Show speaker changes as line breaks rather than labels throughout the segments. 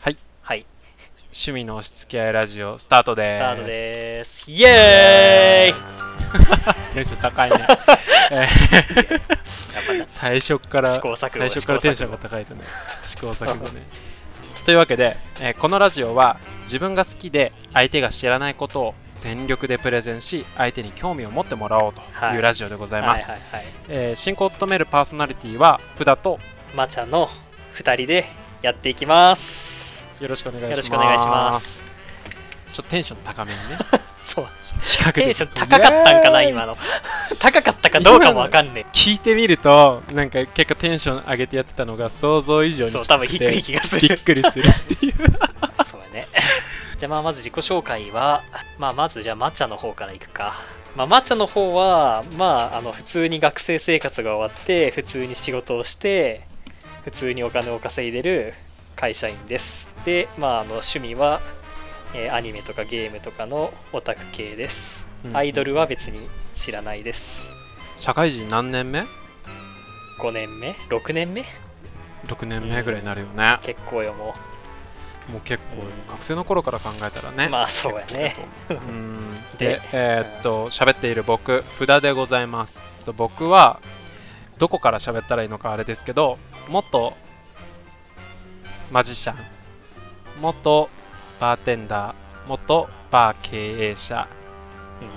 はい。
趣味の押し付け合いラジオスタートです
スタートです。イエーイ
イテンション高 いね
やっぱり
最初っから
試行錯誤
最初からテンションが高いとね試行錯誤ねというわけで、えーこのラジオは自分が好きで相手が知らないことを全力でプレゼンし相手に興味を持ってもらおうと
はいいう
ラジオでございます、
はいはいはい。
えー進行を務めるパーソナリティはふだと
まちゃんの2人でやっていきます。
よろしくお願いします
よろしくお願いします。
ちょっとテンション高めにね
そう。
比較的
テンション高かったんかな、今の。高かったかどうかもわかんね
聞いてみるとなんか結構テンション上げてやってたのが想像以上
え。
に
そう、多分低い気がす
びっ
る。
くり するっていう
そうやね。じゃあまあまず自己紹介は、まあまずじゃあ抹茶の方からいくか。まあ抹茶の方は、まああの普通に学生生活が終わって、普通に仕事をして、普通にお金を稼いでる会社員です。で、まああの趣味は、えーアニメとかゲームとかのオタク系です。アイドルは別に知らないです。
社会人何年目
5年目 ?6 年目
?6 年目ぐらいになるよね、
結構よ、も
もう結構学生の頃から考えたらね
う。まあそうやね。
結構だと思う うん
で
でえーっと喋っている僕札でございますえっと僕はどこから喋ったらいいのかあれですけど元マジシャン元バーテンダー元バー経営者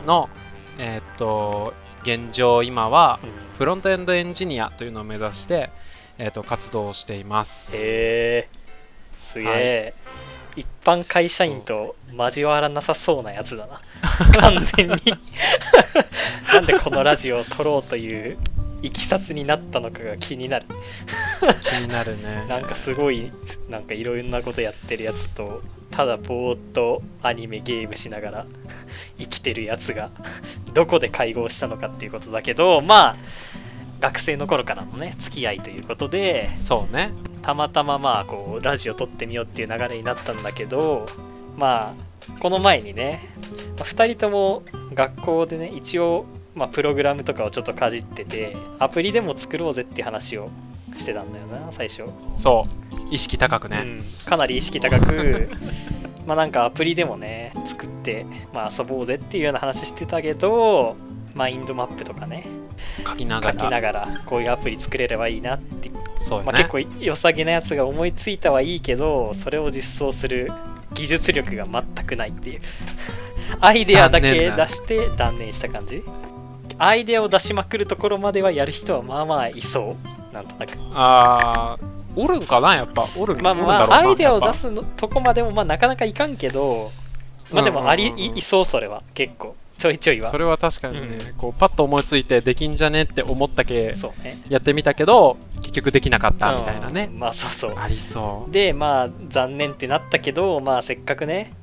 の、えーっと現状今は
うん
フロントエンドエンジニアというのを目指して、えーっと活動をしています
へえすげえ、一般会社員と交わらなさそうなやつだな完全に なんでこのラジオを撮ろうといういきさつになったのかが気になる
気になるね
なんかすごいなんかいろんなことやってるやつとただぼーっとアニメゲームしながら 生きてるやつが どこで会合したのかっていうことだけどまあ学生の頃からのね付き合いということで
そうね
たまたままあこうラジオ撮ってみようっていう流れになったんだけどまあこの前にね2人とも学校でね一応、まあ、プログラムとかをちょっとかじっててアプリでも作ろうぜっていう話をしてたんだよな最初、
そう意識高くね、
うん、かなり意識高く まあなんかアプリでもね作って、まあ、遊ぼうぜっていうような話してたけどマインドマップとかね
書きなが
書
ら
きながらこういうアプリ作れればいいなって
そうよね、
まあ、結構良さげなやつが思いついたはいいけどそれを実装する技術力が全くないっていう アイデアだけ出して断念した感じアイデアを出しまくるところまではやる人はまあまあいそうなんとなく
あーおるんかなやっぱおるん
まあま
おるんだ
あ
ろうな
アイデアを
やっぱ
出すのとこまでもまあなかなかいかんけどまあでもあり、
うんうんうんうん
いいそうそれは結構ちょいちょいは
それは確かにね、
う
こうパッと思いついてできんじゃねって思ったけ
そうね
やってみたけど結局できなかったみたいな
う
ね
ん、まあそうそう
ありそ
でまあ残念ってなったけどまあせっかくね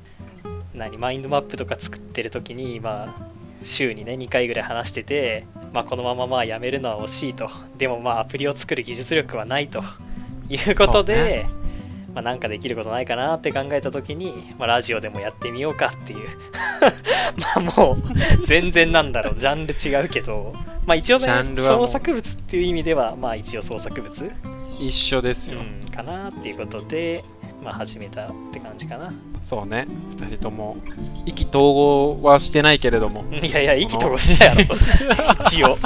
何マインドマップとか作ってる時にまあ週にね2回ぐらい話してて、まあ、このまままあやめるのは惜しいとでもまあアプリを作る技術力はないということ
そう
で、まあ、なんかできることないかなって考えた時に、まあ、ラジオでもやってみようかっていう まあもう全然なんだろうジャンル違うけど、まあ、一応ね
ジャンルはもう
創作物っていう意味ではまあ一応創作物
う一緒ですよ、
うん、かなっていうことで、まあ、始めたって感じかな。
そうね2人とも意気投合はしてないけれど も
いやいや、意気投合したやろ。 一応。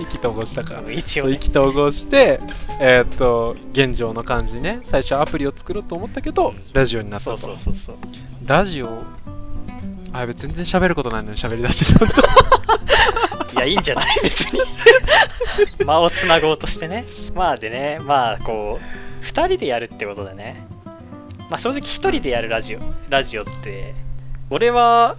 意気投合したから
うん
そ
一応
う
ね
意。気投合してえーっと現状の感じね最初アプリを作ろうと思ったけどラジオになった
そ
と
うそうそうそう。
ラジオあやべ全然喋ることないのに喋りだしてしま った
いや、いいんじゃない別に。間をつなごうとしてね。まあでね、まあこう、2人でやるってことでね。まあ正直1人でやるラジオ。ラジオって、俺は、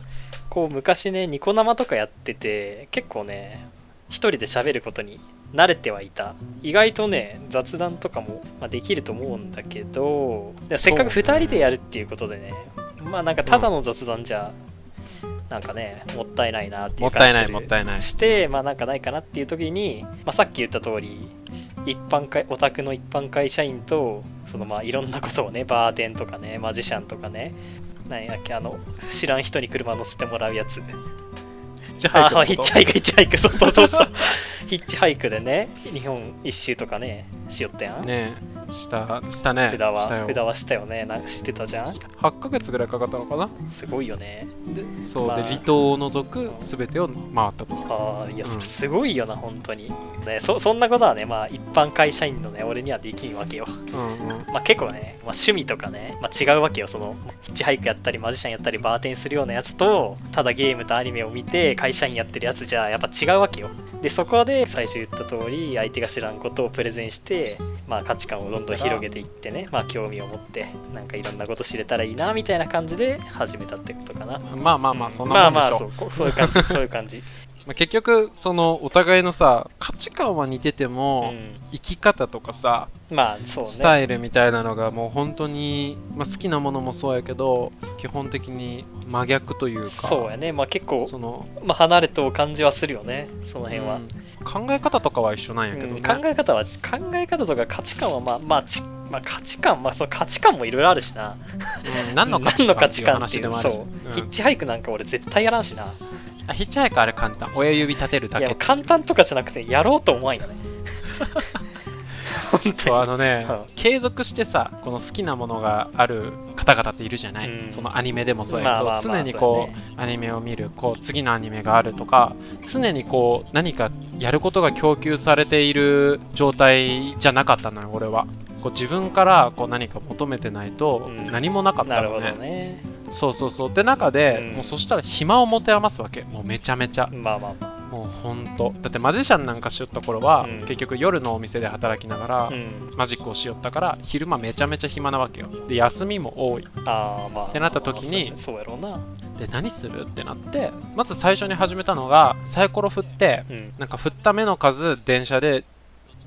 こう昔ね、ニコ生とかやってて、結構ね、1人で喋ることに慣れてはいた。意外とね、雑談とかも、まあ、できると思うんだけど、でもせっかく2人でやるっていうことでね、まあなんかただの雑談じゃ、なんかね、もったいないなってい
も
う
った
感
い
じす
な
る
いもったいない
して、まあ、なんかないかなっていう時に、まあ、さっき言った通り一般会オタクの一般会社員とそのまあいろんなことをねバーテンとかねマジシャンとかねなんやっけあの知らん人に車乗せてもらうやつ
じゃ
あ
あ
あヒッチハイクヒッチハイクそうそうそうそうヒッチハイクでね日本一周とかねしよったやん、
ねしたしたね
札
した
は
よ
札はしたよねなんか知ってたじゃん
8ヶ月ぐらいかかったのかな
すごいよね
でそう、
まあ
で離島を除く全てを回ったと
ああいやそ
うん
れすごいよな本当にねそそんなことはねまあ一般会社員のね俺にはできんわけよ
うんうん
まあ結構ね、まあ、趣味とかね、まあ、違うわけよそのヒッチハイクやったりマジシャンやったりバーテンするようなやつとただゲームとアニメを見て会社員やってるやつじゃやっぱ違うわけよでそこで最初言った通り相手が知らんことをプレゼンして、まあ、価値観をどんどん広げていってね、まあ、興味を持ってなんかいろんなこと知れたらいいなみたいな感じで始めたってことかな
まあまあまあそんな
ま
も
あ
んでし
まあそ
ょ
うこそういう感じそういう 感じ、
まあ結局そのお互いのさ価値観は似てて
う
も、
ん、
生き方とかさ
まあそう
ス
ね
タイルみたいなのがもう本当に、まあ、好きなものもそうやけど基本的に真逆というか
そうやねまあ結構、
その
まあ、離れと感じはするよねその辺は、
うん考え方とかは一緒なんやけどね、
うん考え方は考え方とか価値観はまあまあちまあ価値観まあその価値観もいろいろあるしな、
うん何の価値
何の
観
価
ってい
値
う
観っ
話
ていう
でもあ
そ
る
う
し、
ヒッチハイクなんか俺絶対やらんしな
うんあヒッチハイクあれ簡単親指立てるだ
い
け
やもう簡単とかじゃなくてやろうと思わんよね本
そうあ
当
のね、
うん
継続してさこの好きなものがある方々っているじゃない、
うん
そのアニメでもそうやけど、
まあまあまあ
常にこう
そうや
アニメを見るこう次のアニメがあるとか常にこう何かやることが供給されている状態じゃなかったのよ俺はこう自分からこう何か求めてないと
うん
何もなかっ
に
た
なるほ
の
ど
ね,、
ね
そうそうそうって中で、
うん
もうそしたら暇を持て余すわけもうめちゃめちゃ
まあまあま
もうほんとだってマジシャンなんかしよった頃は、
うん
結局夜のお店で働きながら、
あ、うん、
マジックをしよったから昼間めちゃめちゃ暇なわけよで休みも多い
ああまあ
ってなった時に
まあそうやろうな
で何するってなってまず最初に始めたのがサイコロ振って
うん
なんか振った目の数電車で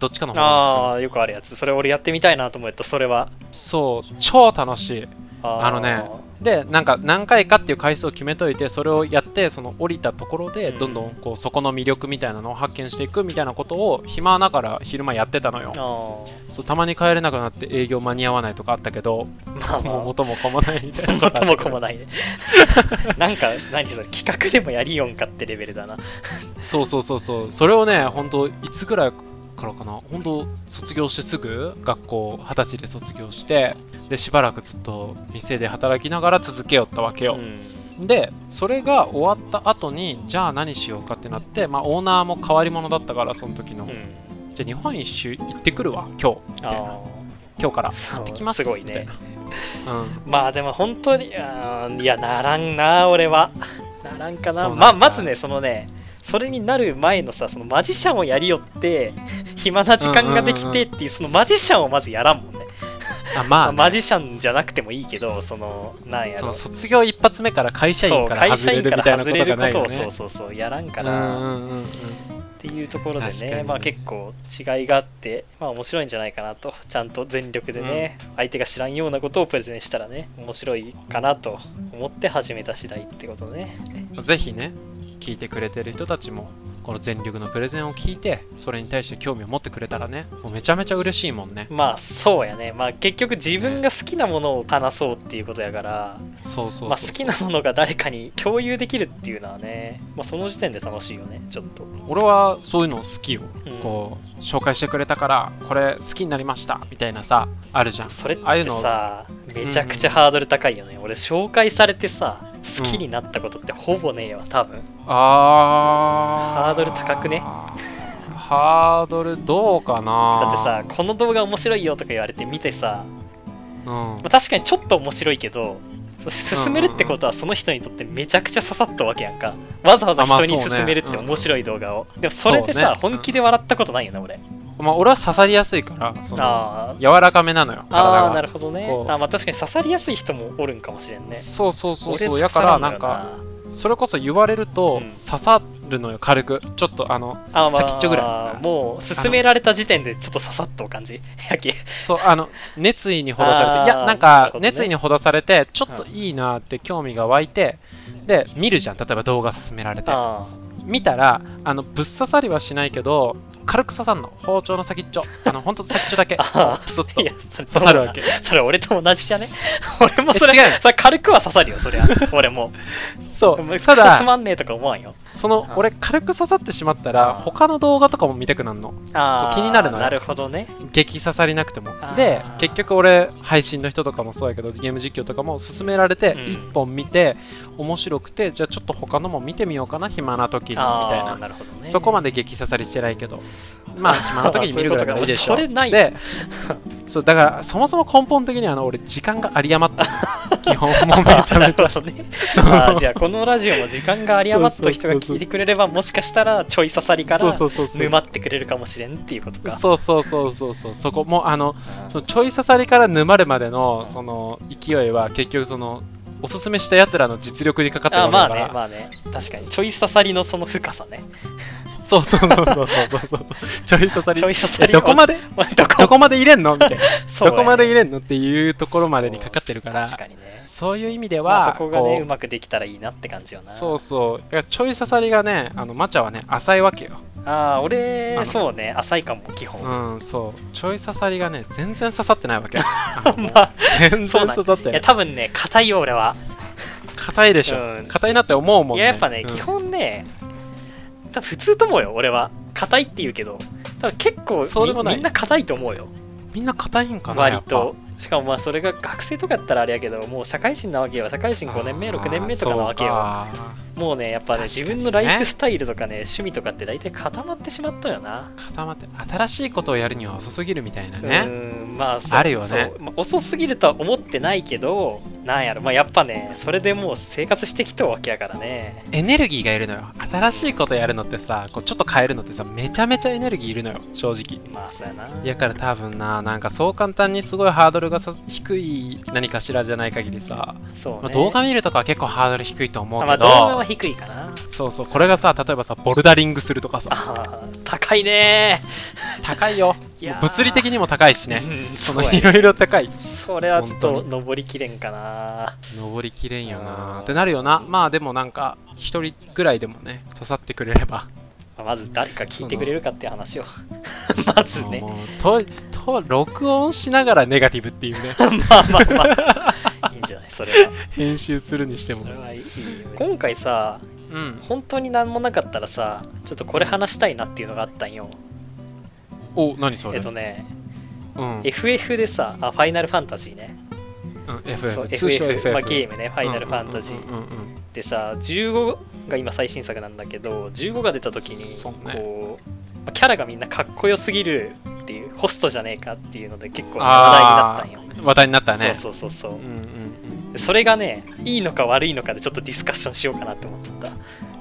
どっちかの方
ああよくあるやつそれ俺やってみたいなと思ったそれは
にそう超楽しい
あー
あのねでなんか何回かっていう回数を決めといてそれをやってその降りたところで
うん
どんどんこうそこの魅力みたいなのを発見していくみたいなことを暇ながら昼間やってたのよ
あ
そうたまに帰れなくなって営業間に合わないとかあったけど
ーまあま
もう
あ
元も子もないみたいなことあった
元も子もない ねなんか何それ企画でもやりよんかってレベルだな
そうそうそうそうそれをね本当いつぐらいからかな本当卒業してすぐ学校二十歳で卒業してでしばらくずっと店で働きながら続けよったわけよ、でそれが終わった後にじゃあ何しようかってなってまあオーナーも変わり者だったからその時の、
うん
じゃあ日本一周行ってくるわ今日みたいな
あ
今日から
あそ
行ってき
う
ます
すごい
みたい
ね
なうん
まあでも本当にあーいやならんな俺はならんかな
そうなん
ま
だ
あまずねそのねそれになる前のさそのマジシャンをやりよって暇な時間ができてっていうそのマジシャンをまずやらんもんね
あま
ま
あ
あ
ね、
マジシャンじゃなくてもいいけどそのなんや
そ
ろ
の卒業一発目から会社
そ
員
う
から
会
外
社
れ
員
る
か
みたい
ら
なこ
外
と
れ
がな
るこ
いよ
と
ね
をそうそうそうやらんか
うん
ら
うんうんうん
っていうところで
確かに
ね、まあ、結構違いがあって、まあ、面白いんじゃないかなとちゃんと全力でね、相手が知らんようなことをプレゼンしたらね面白いかなと思って始めた次第ってことね
ぜひね、聞いてくれてる人たちも、この全力のプレゼンを聞いて、それに対して興味を持ってくれたらね、もうめちゃめちゃ嬉しいもんね。
まあそうやね、まあ、結局自分が好きなものを話そうっていうことやから、
そうそうそう。
まあ、好きなものが誰かに共有できるっていうのはね、まあ、その時点で楽しいよねちょっと
俺はそういうの好きよ。
うん
こう、紹介してくれたから、これ好きになりました、みたいなさ、あるじゃん。
それっ
ああい
て
うの
さめちゃくちゃハードル高いよね、俺紹介されてさ好きになったことってほぼねえわ多分
あー。
ハードル高くね
ハードルどうかな
だって、さこの動画面白いよとか言われて見てさ、ま
うん
あ、確かにちょっと面白いけどそ進めるってことはその人にとってめちゃくちゃ刺さったわけやんかわざわざ人に
あまあそうね
勧めるって面白い動画を、でもそれで
そう
さ、
ね
本気で笑ったことないよな俺
まあ、俺は刺さりやすいから、その
あー
柔らかめなのよ、体が。
あーなるほどね
こう
あーまあ確かに刺さりやすい人もおるんかもしれんね
そうそうそう
俺
そう、
刺
や
さ
から
ん
な
の
ん
よ
か、それこそ言われると、
うん
刺さるのよ軽くちょっとあの
あーまあ
先っちょぐらい
もう勧められた時点でちょっと刺さっと感じやけ
そうあ の熱意にほどされ
あ
て
ー
いやなん
な
か
るほどね
熱意にほどされてちょっといいなって興味が湧いて、で見るじゃん例えば動画勧められて
あ
見たらあのぶっ刺さりはしないけど軽く刺さんの包丁の先っちょあの本当先っちょだけ
あ
ピソッ
あ
と
いやそれ
刺さるわけ
それ俺と同じじゃね 俺もそれ
え違うの
それ軽くは刺さるよそ りゃ俺も
そ
お前
う
クソ
た
つ
だ
まんねえとか思わんよ
その俺軽く刺さってしまったら
あ
他の動画とかも見たくなるの
あー
気になるのよ
なるほどね
激刺さりなくても
あー
で結局俺配信の人とかもそうやけどゲーム実況とかも勧められて
うん
1本見て、面白くてじゃあちょっと他のも見てみようかな暇な時にみ
あ
たい
ー
な
なるほどね
そこまで激刺さりしてないけどまあ暇な 時に見るぐらいがいいでしょ
そういうことかそれない
でそうだからそもそも根本的にはあの俺時間が有り余 った基本もうめちゃ
な
め
る
ちゃ
ほど ね。あーじゃあこのラジオも時間が有り余った人が聞いてくれればもしかしたらちょい刺さりか
そう
ら
そうそうそう
沼ってくれるかもしれんっていうことか。
そうそうそうそうそうそこもうあの
うん
そのちょい刺さりから沼るまでのその勢いは結局そのおすすめしたやつらの実力にかかってる
あーま
か
あね
ら、
まあね。確かに。ちょい刺さりのその深さね。
そうそうそうそうそうそう ちょい刺さり
ちょい刺さ
い
り
やどこ まで
まあどこ
どこまで入れんのみたいな、
そう
ど
やね
こまで入れんのっていうところまでにかかってるから
確かにね。
そういう意味では、
まあそこがね、
こ
う
う
まくできたらいいなって感じよな。
そうそういやちょい刺さりがねあのマチャはね浅いわけよ
ああ、
あ
俺、
の
そうね、浅いかも、基本。
うんそうちょい刺さりがね全然刺さってないわけ
まあ、
全然
そうなん
刺さっ
い
てな
や、
い
多分ね、硬いよ、俺は。
硬いでし
う
ょ
ん
硬いなって思うもん
い
ね
ややっぱね、
うん
基本ね多分普通と思うよ俺は硬いって言うけど多分結構
そうでも
み
ない
みんな硬いと思うよ
みんな硬いんかな
割
やっ
としかもまあそれが学生とかやったらあれやけどもう社会人なわけよ社会人
ぱ
5年目6年目とかなわけよ
あーそうか
もうねやっぱ
確か
ね自
にね
分のライフスタイルとかね趣味とかって大体固まってしまったよな、
固まって新しいことをやるには遅すぎるみたいな
う
ね
ーんまあそう
あるよね
そうまあ遅すぎるとは思ってないけどなんやろまあやっぱねそれでもう生活してきたわけやからね
エネルギーがいるのよ新しいことやるのってさこうちょっと変えるのってさめちゃめちゃエネルギーいるのよ正直
まあそうやな
だから多分ななんかそう簡単にすごいハードルがさ低い何かしらじゃない限りさ、
そうね、
まあ動画見るとかは結構ハードル低いと思う
あまあ
け
動
ど、
画は低いかな
そうそうこれがさ例えばさボルダリングするとか さ
あー高いね
高いよ
いやー
物理的にも高いしね
うん
そ
そう
の
や
いろいろ高い
それはちょっと
本当
登りきれんかな
登りきれんよ
あ
な
ー
ってなるよなまあでもなんか一人ぐらいでもね刺さってくれれば
まあまず誰か聞いてくれるかって話を まずね
もうとと録音しながらネガティブって いうね
まあまあま あいいんじゃないそれは
編集するにしても
それはいいよ今回さ
うん
本当に何もなかったらさちょっとこれ話したいなっていうのがあったんよ
お何それ、
えっとね
うん、
FF でさあファイナルファンタジーね
うん、FF
そう
通称
FF まあゲ
ム
ームねファイナルファンタジ
うんう
ー
んうんうん
でさ15が今最新作なんだけど15が出た時に
そうね
こう、まあキャラがみんなかっこよすぎるっていうホストじゃねえかっていうので結構話
あ
題になったんよ、
話題になったね
そうそうそうそううん
うんうん
でそれがねいいのか悪いのかでちょっとディスカッションしようかなって思ってた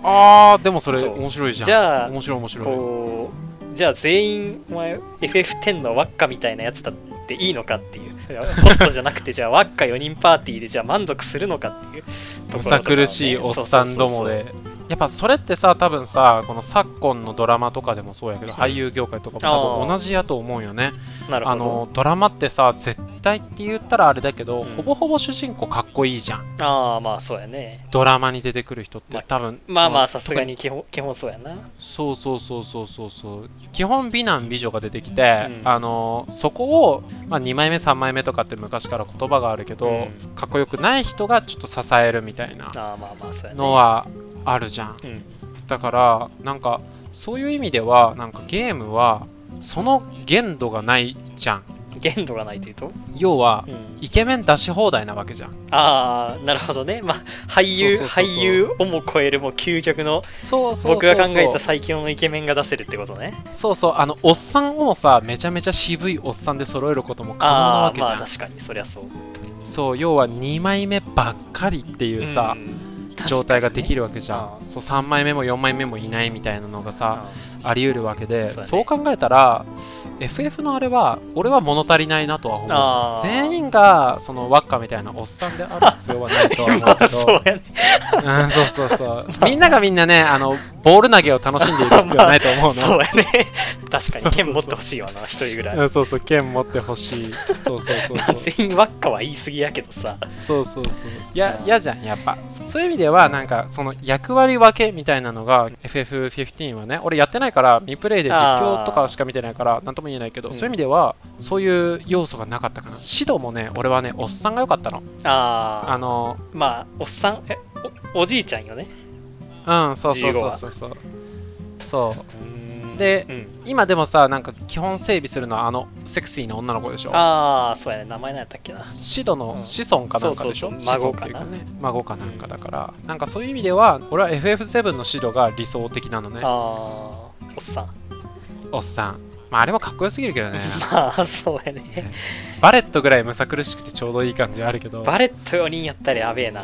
あーでもそれ
そう
面白いじゃん
じゃあ
面白い面白い
こうじゃあ全員お前 FF10 の輪っかみたいなやつだっていいのかっていうい やホストじゃなくてじゃあ輪っか4人パーティーでじゃあ満足するのかっていうと
むさ
ころとかをね
苦しいおっさんど
そ
も
うそうそうそう
でやっぱそれってさ多分さこの昨今のドラマとかでもそうやけど
うん
俳優業界とかも多
あー
分同じやと思うよね
なるほ
あ
ど
のドラマってさ絶対って言ったらあれだけど、
うん
ほぼほぼ主人公かっこいいじゃん
ああまあそうやね
ドラマに出てくる人っ
まあ
て多分
まあまあ
その
さすがに基本基本そうやな
そうそうそうそうそうそう基本美男美女が出てきて、
うん
あのそこを、まあ、2枚目3枚目とかって昔から言葉があるけど、
うん
かっこよくない人がちょっと支えるみたいな
ああまあまあそうやね
のはあるじゃん
うん
だからなんかそういう意味ではなんかゲームはその限度がないじゃん
限度がないというと、
要は
うん
イケメン出し放題なわけじゃん
ああなるほどねまあ俳優
そうそうそうそう
俳優をも超えるもう究極の
そうそうそうそう
僕が考えた最強のイケメンが出せるってことね
そうそうあのおっさんをもさめちゃめちゃ渋いおっさんで揃えることも可能な
あ
わ
あ
けじゃん、
まあ確かにそりゃそう、
そう要は2枚目ばっかりっていうさ、
うん
状態ができ
る
るわけじゃん
確
そ
か、
う3枚目も4枚目もいないみたいなのがさ、あり得るわけで
そう
そ
だ
う,、
ね
考えたら FF のあれは俺は物足りないなとは思う
あー
全員がそのワッカみたいなおっさんである必要はないとは
まあ
思う
そうやね
けど、うん、そうそうそうみんながみんなねあのボール投げを楽しんでいる必要はないと思うの、
そうやね確かに剣持ってほしいわな一人ぐらい、
うんそうそう剣持ってほしいそうそうそう
ま
そ
あ
う
全員輪っかは言い過ぎやけどさ
そうそうそういや嫌じゃんやっぱそういう意味ではなんかその役割分けみたいなのが FF15 はね俺やってないないから未プレイで実況とかしか見てないからなんとも言えないけど、
うん
そういう意味ではそういう要素がなかったかなシドもね俺はねおっさんが良かったの
あー
あの
まあおっさんえおおじいちゃんよね
うんそうそう
15
そう
は
そうそうそう
うん
で
うん、
今でもさなんか基本整備するのはあのセクシーな女の子でしょ
ああそうやね名前なんやったっけな
シドの
うん
子孫かなんかでしょ、
そうそうそう
子孫っていう
孫かな
ね、孫かなんかだから、なんかそういう意味では俺は FF7 のシドが理想的なのね
ああーおっさん
おっさんまああれもかっこよすぎるけどね
まあそうやね
バレットぐらいむさ苦しくてちょうどいい感じあるけど
バレット4人やったらやべえな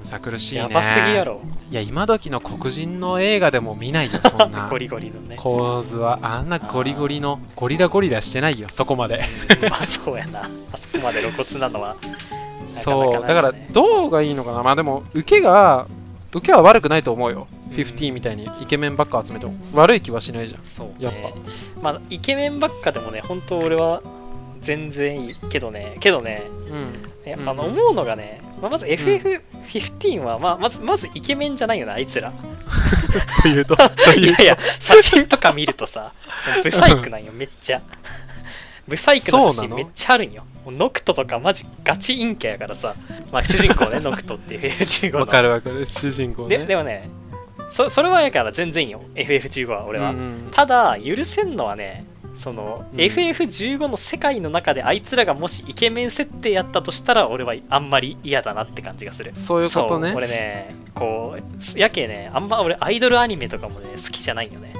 むさ苦しいね
やばすぎやろ
いや今時の黒人の映画でも見 ないよそんな
ゴリゴリのね
構図はあんなゴリゴリのゴリラゴリラしてないよそこまで
まあそうやなあそこまで露骨なのはなかなかない
そうだ
よね
からどうがいいのかなまあでも受けが受けは悪くないと思うよ
うん
50みたいにイケメンばっか集めても悪い気はしないじゃん
そうね
やっぱ
まあイケメンばっかでもね本当俺は全然いいけどねけどね
うん
やっぱあの
うん
思うのがね、まあ、まず FF15 は、まあ、まずまずイケメンじゃないよなあいつら
というとと
い
いう
やいや写真とか見るとさもうブサイクなんよめっちゃブサイクの写
そうな
真
の
めっちゃあるんよもうノクトとかマジガチ陰キャやからさ、まあ、主人公 ねノクトっていう FF15 の
わかるわかる主人公ね
ででもねそそれはやから全然いいよ FF15 は俺は、
うんうん
ただ許せんのはねその、
うん
FF15 の世界の中であいつらがもしイケメン設定やったとしたら俺はあんまり嫌だなって感じがする
そういうことね
そう俺ねこうやけねあんま俺アイドルアニメとかもね好きじゃないよね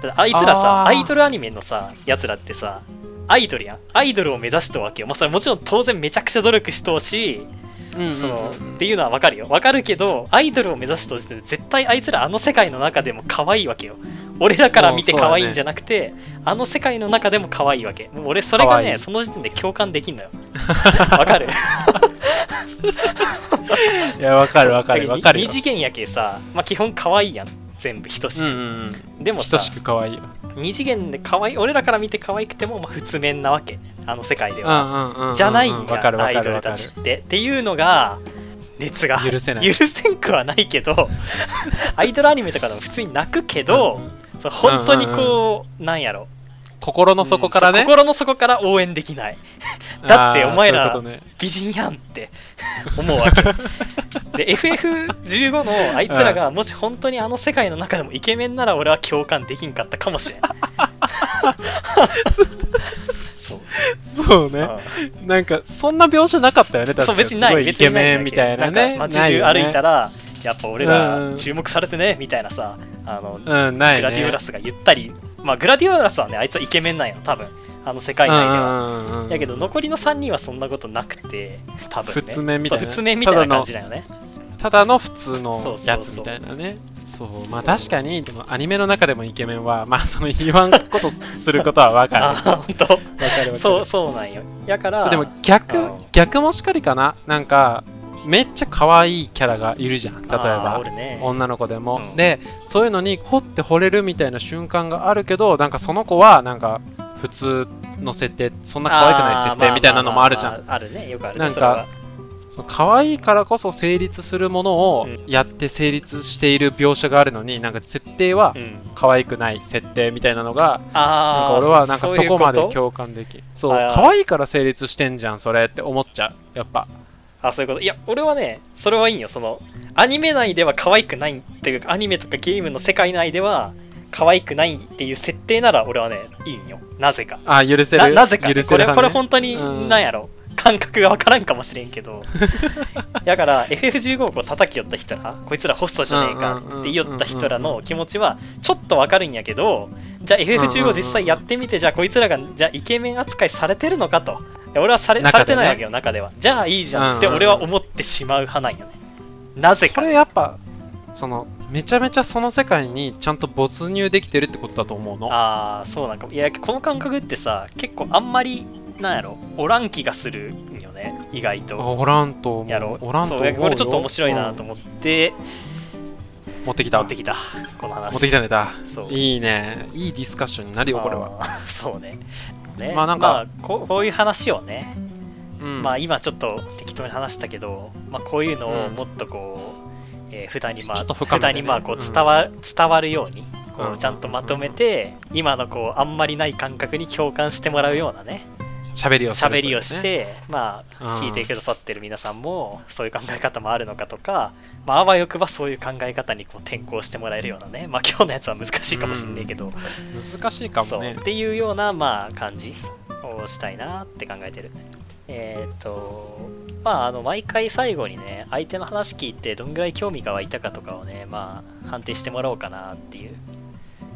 だってあいつらさ
あー
アイドルアニメのさやつらってさアイドルやんアイドルを目指してわけよ、まあ、それもちろん当然めちゃくちゃ努力しとうし
うんうんうん
そのっていうのは分かるよ分かるけどアイドルを目指すとして絶対あいつらあの世界の中でも可愛いわけよ俺らから見て
もうそうだ
可
ね
愛いんじゃなくて、あの世界の中でも可愛いわけもう俺それが
可愛
ね
い
その時点で共感できんの よわかる
いやわかるわか るわかるよ
2次元やけさ、まあ、基本可愛いやん全部等し
うん
く、
うんうん
でも
等
さ
しく可愛いよ
2次元で可愛い俺らから見て可愛くてもまあ普通面なわけあの世界で
うんう
は、
んうんうん
じゃないん
わ
じゃん
かるわ
アイ
か
ド
る
ル
わか
た
る
ちってっていうのが熱が
許せない
許せんくはないけど アイドルアニメとかでも普通に泣くけど、そう本当にこう、なんやろ
心の底からね、
うんそう心の底から応援できないだって
あー
お前ら
そういうこ
美人やんって思 うわけで FF15 のあいつらがもし本当にあの世界の中でもイケメンなら俺は共感できんかったかもし れんそう、
とねそう
う
ね
ん
なんかそんな描写なかったよね確か
そう別にな
すご
い
イ
別
ケ
にな
メ
い
ンみたいな
だけ
ね
んか街中歩いた
ら
ら、やっぱ俺
う
ら
ん
注目されてねみたいなさあの、
うんないね
グラディオラスが言ったりまあグラディオラスはねあいつはイケメンなんよ多分あの世界内では、
うんうんうんうん
やけど残りの3人はそんなことなくて多分ね
普通面みたいな
そう普通面みたいな感じだよね
ただの普通
そう
の
そうそう
やつみたいなねそうまあ
そう
確かにでもアニメの中でもイケメンはまあそ の言わんことすることはわかる
あ
わか
あ本当
るわかる
そうそうなんよやから
でも逆
うん
逆もしかりかななんかめっちゃ可愛いキャラがいるじゃん例え
あー
ば
俺ね
女の子でも、
うん
でそういうのに掘って惚れるみたいな瞬間があるけどなんかその子はなんか普通の設定そんな可愛くない設
あーまあまあま
定
あ
みたいなのもあるじゃん
まああるねよくあるね
なんか
それは
その可愛いからこそ成立するものを
うん
やって成立している描写があるのになんか設定は
うん
可愛くない設定みたいなのがなん
あ
か
あ
俺はなんかそこまで
そういうと
共感できそう
はいはい
可愛いから成立してんじゃんそれって思っちゃうやっぱ
あそういうこといや俺はねそれはいいんよそのアニメ内では可愛くないっていうかアニメとかゲームの世界内では可愛くないっていう設定なら俺はねいいんよなぜか
あ許せ
な
る
なぜか、
許
ね、
せる
これこ
派ね
れ本当に
うん
なんやろ感覚がわからんかもしれん けどだから FF15 をこう叩き寄った人らこいつらホストじゃねえかって言い寄った人らの気持ちはちょっとわかるんやけどじゃあ
うんうんう
FF15
ん
実際やってみてじゃあこいつらがじゃあイケメン扱いされてるのかとで俺はされ,、
中でね
されてないわけよ中ではじゃあいいじゃんって
うんうんうん
俺は思ってしまう派なんよねなぜ
こ
か
れやっぱそのめちゃめちゃその世界にちゃんと没入できてるってことだと思うの
ああそうなんかもいやこの感覚ってさ結構あんまりなんやろおらん気がするんよね意外と
あおらんと思う
やろ
おらんと
そ
思
う
う
や
よ
これちょっと面白いなと思って
うん持ってきた
持
持
っ
っててき
きたこの話
たネタ
そう
いいねいいディスカッションになるよこれは
あ ーそうねね
ま
ま
あな
あなんん
か
か、ここういう話をね、
うん
まあ今ちょっと適当に話したけど、まあ、こういうのをもっとこう、えー普段にま
ちょっと
あ
深めてね
普段にまあこう
うん
伝わ,、伝わるようにこうちゃんとまとめて今のこうあんまりない感覚に共感してもらうようなね
喋りをする
喋りをして、ま
うん
あ聞いてくださってる皆さんもそういう考え方もあるのかとか、まああわよくばそういう考え方にこう転向してもらえるようなねまあ今日のやつは難しいかもしんないけど、
難しいか
そ
も
う
ね
っていうようなまあ感じをしたいなって考えてるえっ、とまああの毎回最後にね相手の話聞いてどんぐらい興味が湧いたかとかをねまあ判定してもらおうかなっていう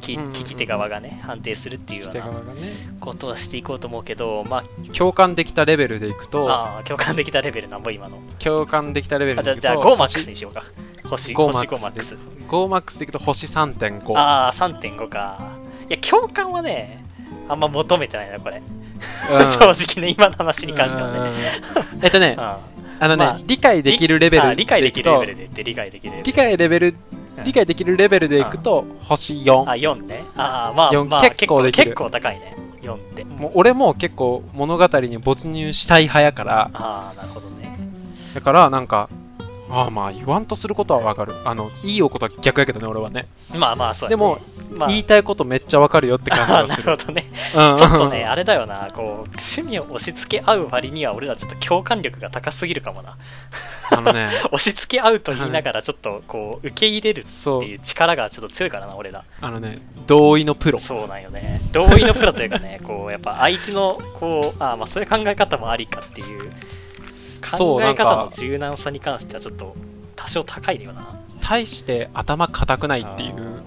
聞
うんうんうん
聞き手側がね判定するっていうよう
手
な
側がね
ことはしていこうと思うけどまあ
共感できたレベルでいくと
ああ共感できたレベルなんぼ今の
共感できたレベル
あじ
で
ゃ
い
あ
く
じゃあ
と
5MAX にしようか星
5
星 5MAX
5MAX でいくと星3.5
ああ3.5かいや共感はねあんま求めてないなこれ、
うん
正直ね今の話に関してはね、
うんえっとね
あ
あのね、
まあ
理解できるレベ
あ
ル
理解できるレベル
でいく
で言って理解できるレ
と
ベ
理
ル
解レベル理解できるレベルでいくと星
あ
4
4ねああまあ
四
まあ
結
結
構
構
できる
結構高いね4って
もう俺も結構物語に没入したい派やから
ああなるほどね
だからなんかああまあ言わんとすることはわかるあのいいおことは逆やけどね俺はね
まあまあそう
で
やね
も、
まあ
言いたいことめっちゃわかるよって感じ
ああ
が
な
す
る
る
ほどね
うん
ちょっとねあれだよなこう趣味を押し付け合う割には俺らちょっと共感力が高すぎるかもな
あのね
押し付け合うと言いながらちょっとこう受け入れるっ
そう
ていう力がちょっと強いからな俺ら
あのね同意のプロ
そうなんよね同意のプロというかね こうやっぱ相手のこうあーまあそういう考え方もありかっていう
そ
考
うな
え
んか
方の柔軟さに関してはちょっと多少高いよな
対して頭固くないっていう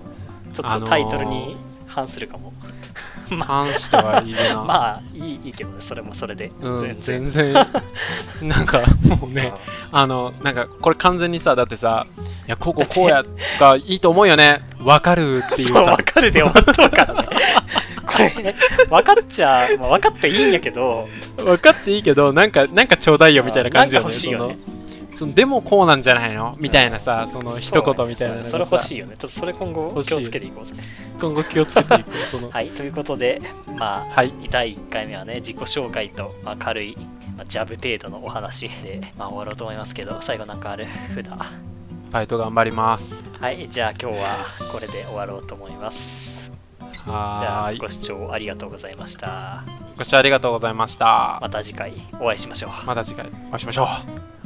ちょっとタイトルに反するかも、
反してはいるな、
まあいいいいけどねそれもそれで、
うん、
全然
全然 なんかもうねあのなんかこれ完全にさだってさ「いやこうこうこうや」がいいと思うよね「わかる」っていう
そう
さ
分かるで終わっとる からねこれね分かっちゃ、まあ、分かっていいんやけど
分かっていいけどなんかなんかちょうだいよみたいな感じ
なんか欲しいよね
そのそのでもこうなんじゃないのみたいなさその一言みたいなの
そ
が
うねそれ欲
さ
しいよねちょっとそれ今後
欲しい
気をつけていこうぜ
今後気をつけていくその
はいということでまあ
はい
第1回目はね自己紹介と、まあ、軽い、まあ、ジャブ程度のお話で、まあ、終わろうと思いますけど最後なんかある普段
バイト頑張ります
はいじゃあ今日はこれで終わろうと思いますじゃ
は
あ
ーい
ご視聴ありがとうございました
ご視聴ありがとうございました
また次回お会いしましょう
また次回お会いしましょう